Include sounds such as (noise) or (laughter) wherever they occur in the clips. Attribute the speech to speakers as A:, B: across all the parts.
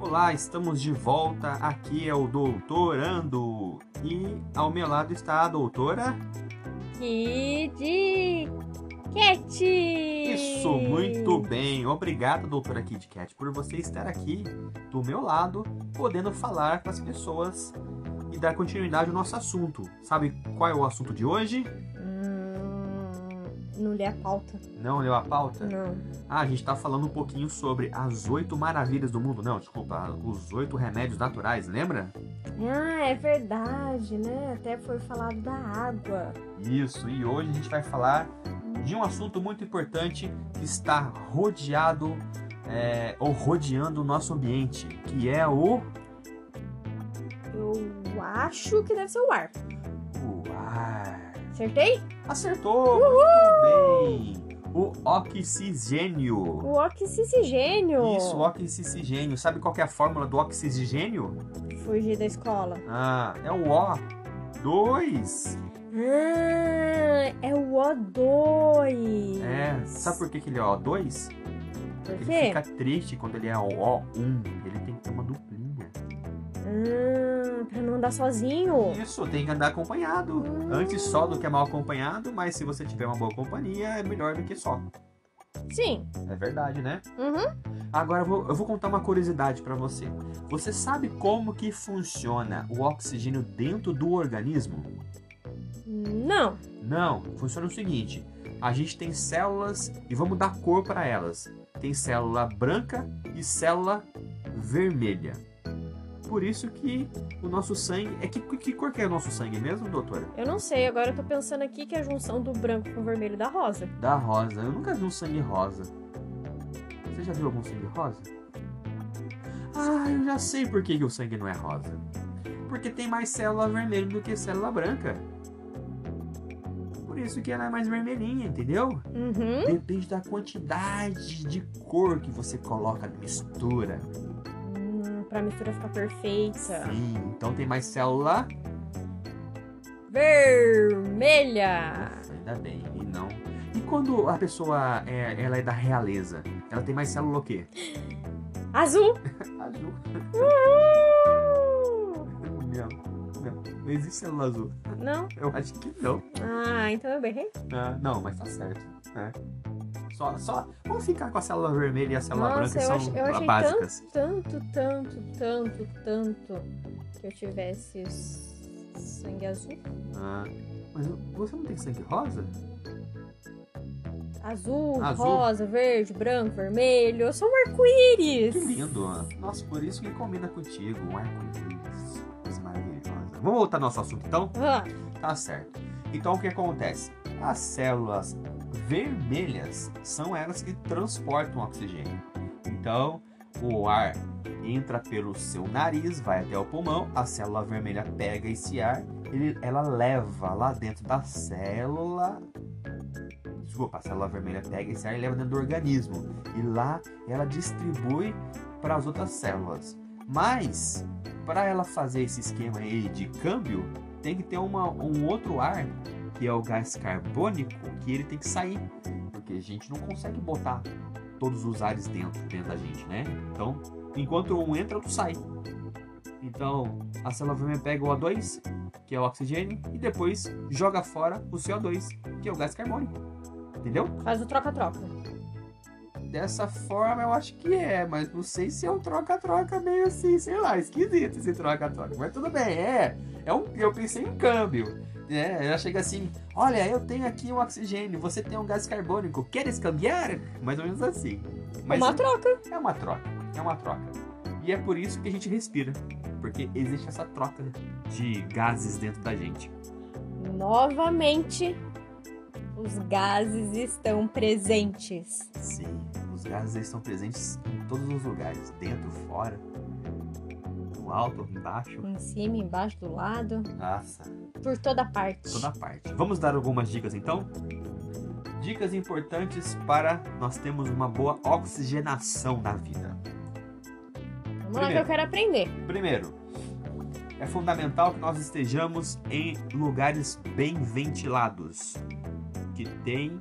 A: Olá, estamos de volta. Aqui é o Doutorando. E ao meu lado está a doutora.
B: Kid Cat!
A: Isso, muito bem. Obrigado, doutora Kid Cat, por você estar aqui do meu lado, podendo falar com as pessoas e dar continuidade ao nosso assunto. Sabe qual é o assunto de hoje?
B: Hum, não li a pauta,
A: Não leu a pauta?
B: não.
A: Ah, a gente tá falando um pouquinho sobre as oito maravilhas do mundo. Não, desculpa, os oito remédios naturais, lembra?
B: Ah, é verdade, né? Até foi falado da água.
A: Isso, e hoje a gente vai falar de um assunto muito importante que está rodeado é, ou rodeando o nosso ambiente, que é o,
B: Eu acho que deve ser o ar.
A: o ar.
B: Acertei?
A: Acertou! Muito bem! O oxigênio.
B: O oxigênio.
A: Isso, o oxigênio. Sabe qual que é a fórmula do oxigênio?
B: Fugir da escola.
A: Ah, é o O2.
B: Ah, é o O2.
A: É, sabe por que, que ele é O2?
B: Por
A: Ele
B: quê?
A: fica triste quando ele é o O1. Ele tem que ter uma duplinha.
B: Ah, pra não andar sozinho.
A: Isso, tem que andar acompanhado.
B: Hum.
A: Antes só do que é mal acompanhado, mas se você tiver uma boa companhia, é melhor do que só.
B: Sim.
A: É verdade, né?
B: Uhum.
A: Agora eu vou, eu vou contar uma curiosidade pra você. Você sabe como que funciona o oxigênio dentro do organismo?
B: Não.
A: Não, funciona o seguinte: a gente tem células e vamos dar cor pra elas. Tem célula branca e célula vermelha. Por isso que o nosso sangue. É que, que cor que é o nosso sangue mesmo, doutora?
B: Eu não sei, agora eu tô pensando aqui que é a junção do branco com o vermelho da rosa.
A: Da rosa. Eu nunca vi um sangue rosa. Você já viu algum sangue rosa? Ah, eu já sei por que, que o sangue não é rosa. Porque tem mais célula vermelha do que célula branca. Por isso que ela é mais vermelhinha, entendeu?
B: Uhum.
A: Depende da quantidade de cor que você coloca na mistura.
B: Hum, pra mistura ficar perfeita.
A: Sim, então tem mais célula.
B: Vermelha!
A: Ufa, ainda bem, e não. E quando a pessoa é, ela é da realeza, ela tem mais célula o quê?
B: Azul!
A: Azul.
B: Uhul!
A: Não, não, não existe célula azul.
B: Não?
A: Eu acho que não.
B: Ah, então eu errei.
A: Ah, não, mas tá certo. né? Só, só. Vamos ficar com a célula vermelha e a célula branca, que
B: Nossa, eu
A: são
B: ach- eu achei
A: básicas.
B: Tanto, tanto, tanto, tanto que eu tivesse s- sangue azul.
A: Ah, mas você não tem sangue rosa?
B: Azul,
A: Azul?
B: rosa, verde, branco, vermelho. Eu sou um
A: Que
B: arco-íris!
A: lindo. Nossa, por isso que combina contigo. Um arco-íris. Coisa maravilhosa. Vamos voltar ao nosso assunto então?
B: Ah,
A: Tá certo. Então o que acontece? As células vermelhas são elas que transportam oxigênio. Então o ar entra pelo seu nariz, vai até o pulmão, a célula vermelha pega esse ar, ele- ela leva lá dentro da célula. Desculpa, a célula vermelha pega esse ar e leva dentro do organismo. E lá ela distribui para as outras células. Mas, para ela fazer esse esquema aí de câmbio, tem que ter uma- um outro ar, que é o gás carbônico, que ele tem que sair. Porque a gente não consegue botar todos os ares dentro, dentro da gente, né? Então, enquanto um entra, outro sai. Então, a célula vermelha pega o O2, que é o oxigênio, e depois joga fora o CO2, que é o gás carbônico. Entendeu?
B: faz o troca-troca.
A: Dessa forma eu acho que é, mas não sei se é um troca-troca meio assim, sei lá, esquisito esse troca-troca. Mas tudo bem, é. é um, eu pensei em câmbio. É, ela chega assim, olha, eu tenho aqui um oxigênio, você tem um gás carbônico, queres cambiar? Mais ou menos assim. Mas
B: Uma troca.
A: é uma troca, é uma troca. E é por isso que a gente respira, porque existe essa troca de gases dentro da gente.
B: Novamente, os gases estão presentes.
A: Sim, os gases eles estão presentes em todos os lugares, dentro, fora, no alto, embaixo.
B: Em cima, embaixo, do lado,
A: Nossa,
B: por toda parte.
A: toda parte. Vamos dar algumas dicas então? Dicas importantes para nós termos uma boa oxigenação na vida.
B: Vamos lá que
A: Primeiro.
B: eu quero aprender.
A: Primeiro, é fundamental que nós estejamos em lugares bem ventilados, que tem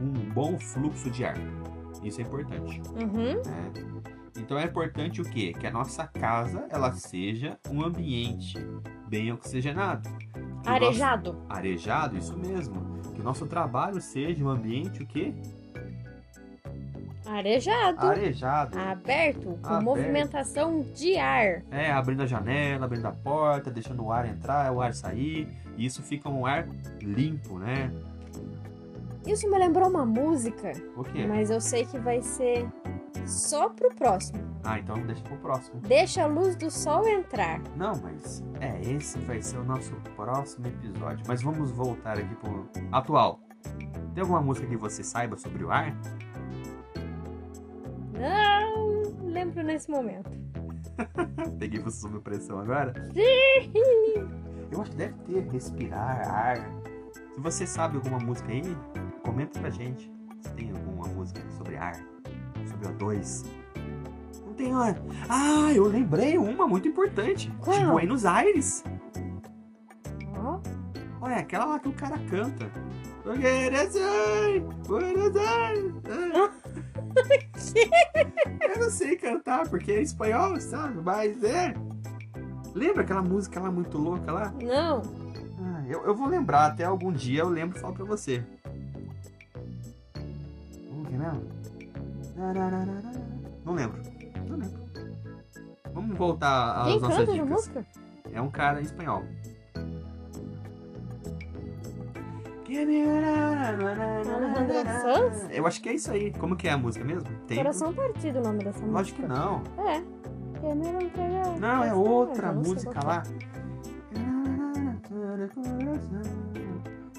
A: um bom fluxo de ar. Isso é importante.
B: Uhum.
A: né? Então é importante o quê? Que a nossa casa ela seja um ambiente bem oxigenado. Que o nosso-
B: Arejado.
A: Arejado, isso mesmo. Que o nosso trabalho seja um ambiente o quê?
B: Arejado.
A: Arejado.
B: Ah. Aberto, com
A: Aberto.
B: movimentação de ar.
A: É, abrindo a janela, abrindo a porta, deixando o ar entrar, o ar sair. E isso fica um ar limpo, né?
B: Isso me lembrou uma música,
A: O quê?
B: mas eu sei que vai ser só pro próximo.
A: Ah, então deixa pro próximo.
B: Deixa a luz do sol entrar.
A: Não, mas é, esse vai ser o nosso próximo episódio. Mas vamos voltar aqui pro atual. Tem alguma música que você saiba sobre o ar?
B: Não lembro nesse momento.
A: Peguei você sob pressão agora? Eu acho que deve ter respirar, ar. Se você sabe alguma música aí, comenta pra gente. Se tem alguma música sobre ar, sobre O2. Não tem ar. Ah, eu lembrei uma muito importante.
B: Qual?
A: De Buenos Aires.
B: Ó,
A: Olha, aquela lá que o cara canta. é Buenos Aires, Buenos Aires. né?
B: (laughs)
A: Eu não sei cantar porque é espanhol, sabe? Mas é. Lembra aquela música lá muito louca lá?
B: não.
A: Ah, eu, eu vou lembrar, até algum dia eu lembro e falo pra você. Como que é mesmo? Narararara. Não lembro. Não lembro. Vamos voltar às
B: Quem
A: nossas
B: canta essa
A: dicas.
B: música?
A: É um cara espanhol. Alejandro
B: Sanz?
A: Eu acho que é isso aí. Como que é a música mesmo? Tempo?
B: Coração partido o nome dessa música.
A: Lógico que não.
B: É. Primeiro entrega-
A: Não, é
B: Essa-
A: outra
B: eu um não sei
A: música
B: qual que é.
A: lá.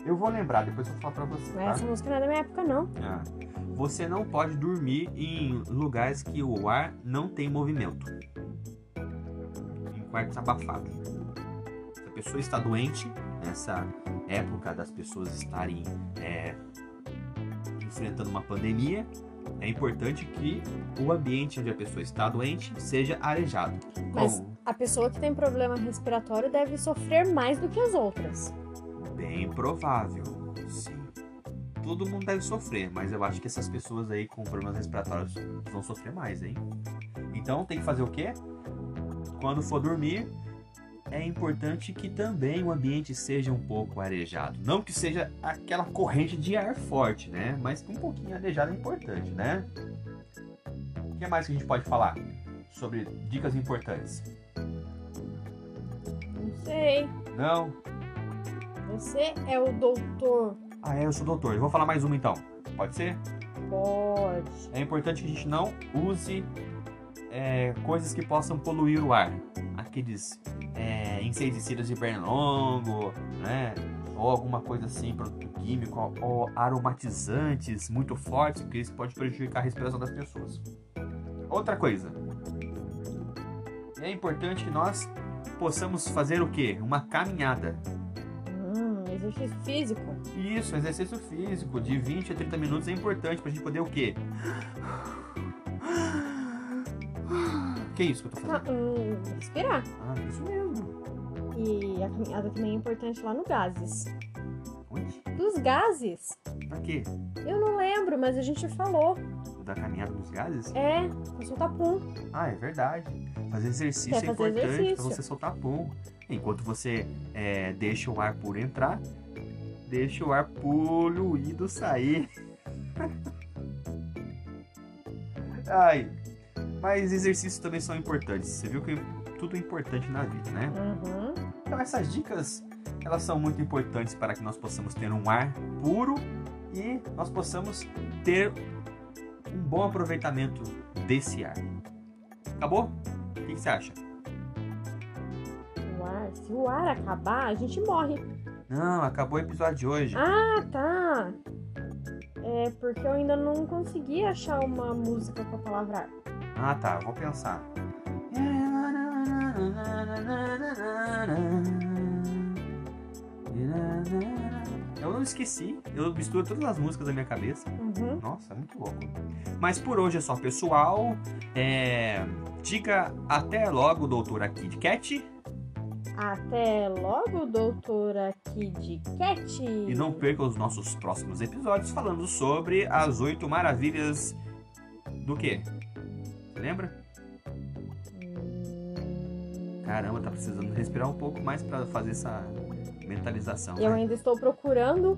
A: Eu vou lembrar, depois eu falo pra você,
B: Mas essa
A: tá?
B: música não é da minha época, não.
A: Ah. Você não pode dormir em lugares que o ar não tem movimento. Em quartos abafados. Se a pessoa está doente, nessa época das pessoas estarem é, enfrentando uma pandemia, é importante que o ambiente onde a pessoa está doente seja arejado.
B: Mas-
A: Com-
B: A pessoa que tem problema respiratório deve sofrer mais do que as outras.
A: Bem provável, sim. Todo mundo deve sofrer, mas eu acho que essas pessoas aí com problemas respiratórios vão sofrer mais, hein? Então tem que fazer o quê? Quando for dormir, é importante que também o ambiente seja um pouco arejado. Não que seja aquela corrente de ar forte, né? Mas que um pouquinho arejado é importante, né? O que mais que a gente pode falar sobre dicas importantes?
B: Não sei.
A: Não?
B: Você é o doutor.
A: Ah, é, eu sou doutor. Eu vou falar mais uma então. Pode ser?
B: Pode.
A: É importante que a gente não use é, coisas que possam poluir o ar. Aqueles é, inseticidas de pernilongo, né? Ou alguma coisa assim, produto químico, ou- ou aromatizantes muito fortes, porque isso pode prejudicar a respiração das pessoas. Outra coisa. É importante que nós possamos fazer o quê? Uma caminhada.
B: Hum, exercício físico.
A: Isso, exercício físico de 20 a 30 minutos é importante pra gente poder o quê? Que isso que eu tô
B: Ah,
A: fazendo?
B: hum, respirar.
A: Ah, isso mesmo.
B: E a caminhada também é importante lá no gases.
A: Onde?
B: Dos gases?
A: Pra quê?
B: Eu não lembro, mas a gente falou.
A: Da caminhada nos gases?
B: É, pra soltar pum.
A: Ah, é verdade. Fazer exercício
B: Quer
A: é
B: fazer
A: importante pra
B: exercício.
A: você soltar pum. Enquanto você é, deixa o ar puro entrar, deixa o ar poluído sair. (laughs) Ai, mas exercícios também são importantes. Você viu que tudo é importante na vida, né?
B: Uhum.
A: Então essas dicas, elas são muito importantes para que nós possamos ter um ar puro e nós possamos ter um bom aproveitamento desse ar. Acabou? O que que você acha?
B: O ar. Se o ar acabar, a gente morre.
A: Não, acabou o episódio de hoje.
B: Ah, tá. É porque eu ainda não consegui achar uma música com a palavra ar.
A: Ah, tá, vou pensar. Eu não esqueci, eu misturo todas as músicas da minha cabeça.
B: Uhum.
A: Nossa, é muito louco. Mas por hoje é só, pessoal. É... Diga até logo, doutora Kid Cat.
B: Até logo, doutora Kid Cat.
A: E não perca os nossos próximos episódios falando sobre as oito maravilhas do quê? Você lembra? Caramba, tá precisando respirar um pouco mais para fazer essa mentalização.
B: Eu
A: né?
B: ainda estou procurando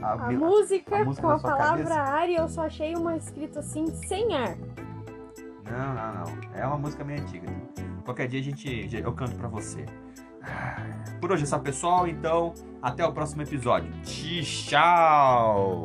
A: A
B: a
A: me-
B: música,
A: a música
B: com
A: na
B: a
A: sua
B: palavra
A: cabeça?
B: ar e eu só achei uma escrita assim, sem ar.
A: Não, não, não. É uma música meio antiga. Qualquer dia a gente, eu canto pra você. Ah, Por hoje é só, pessoal. Então, até o próximo episódio. Tchau!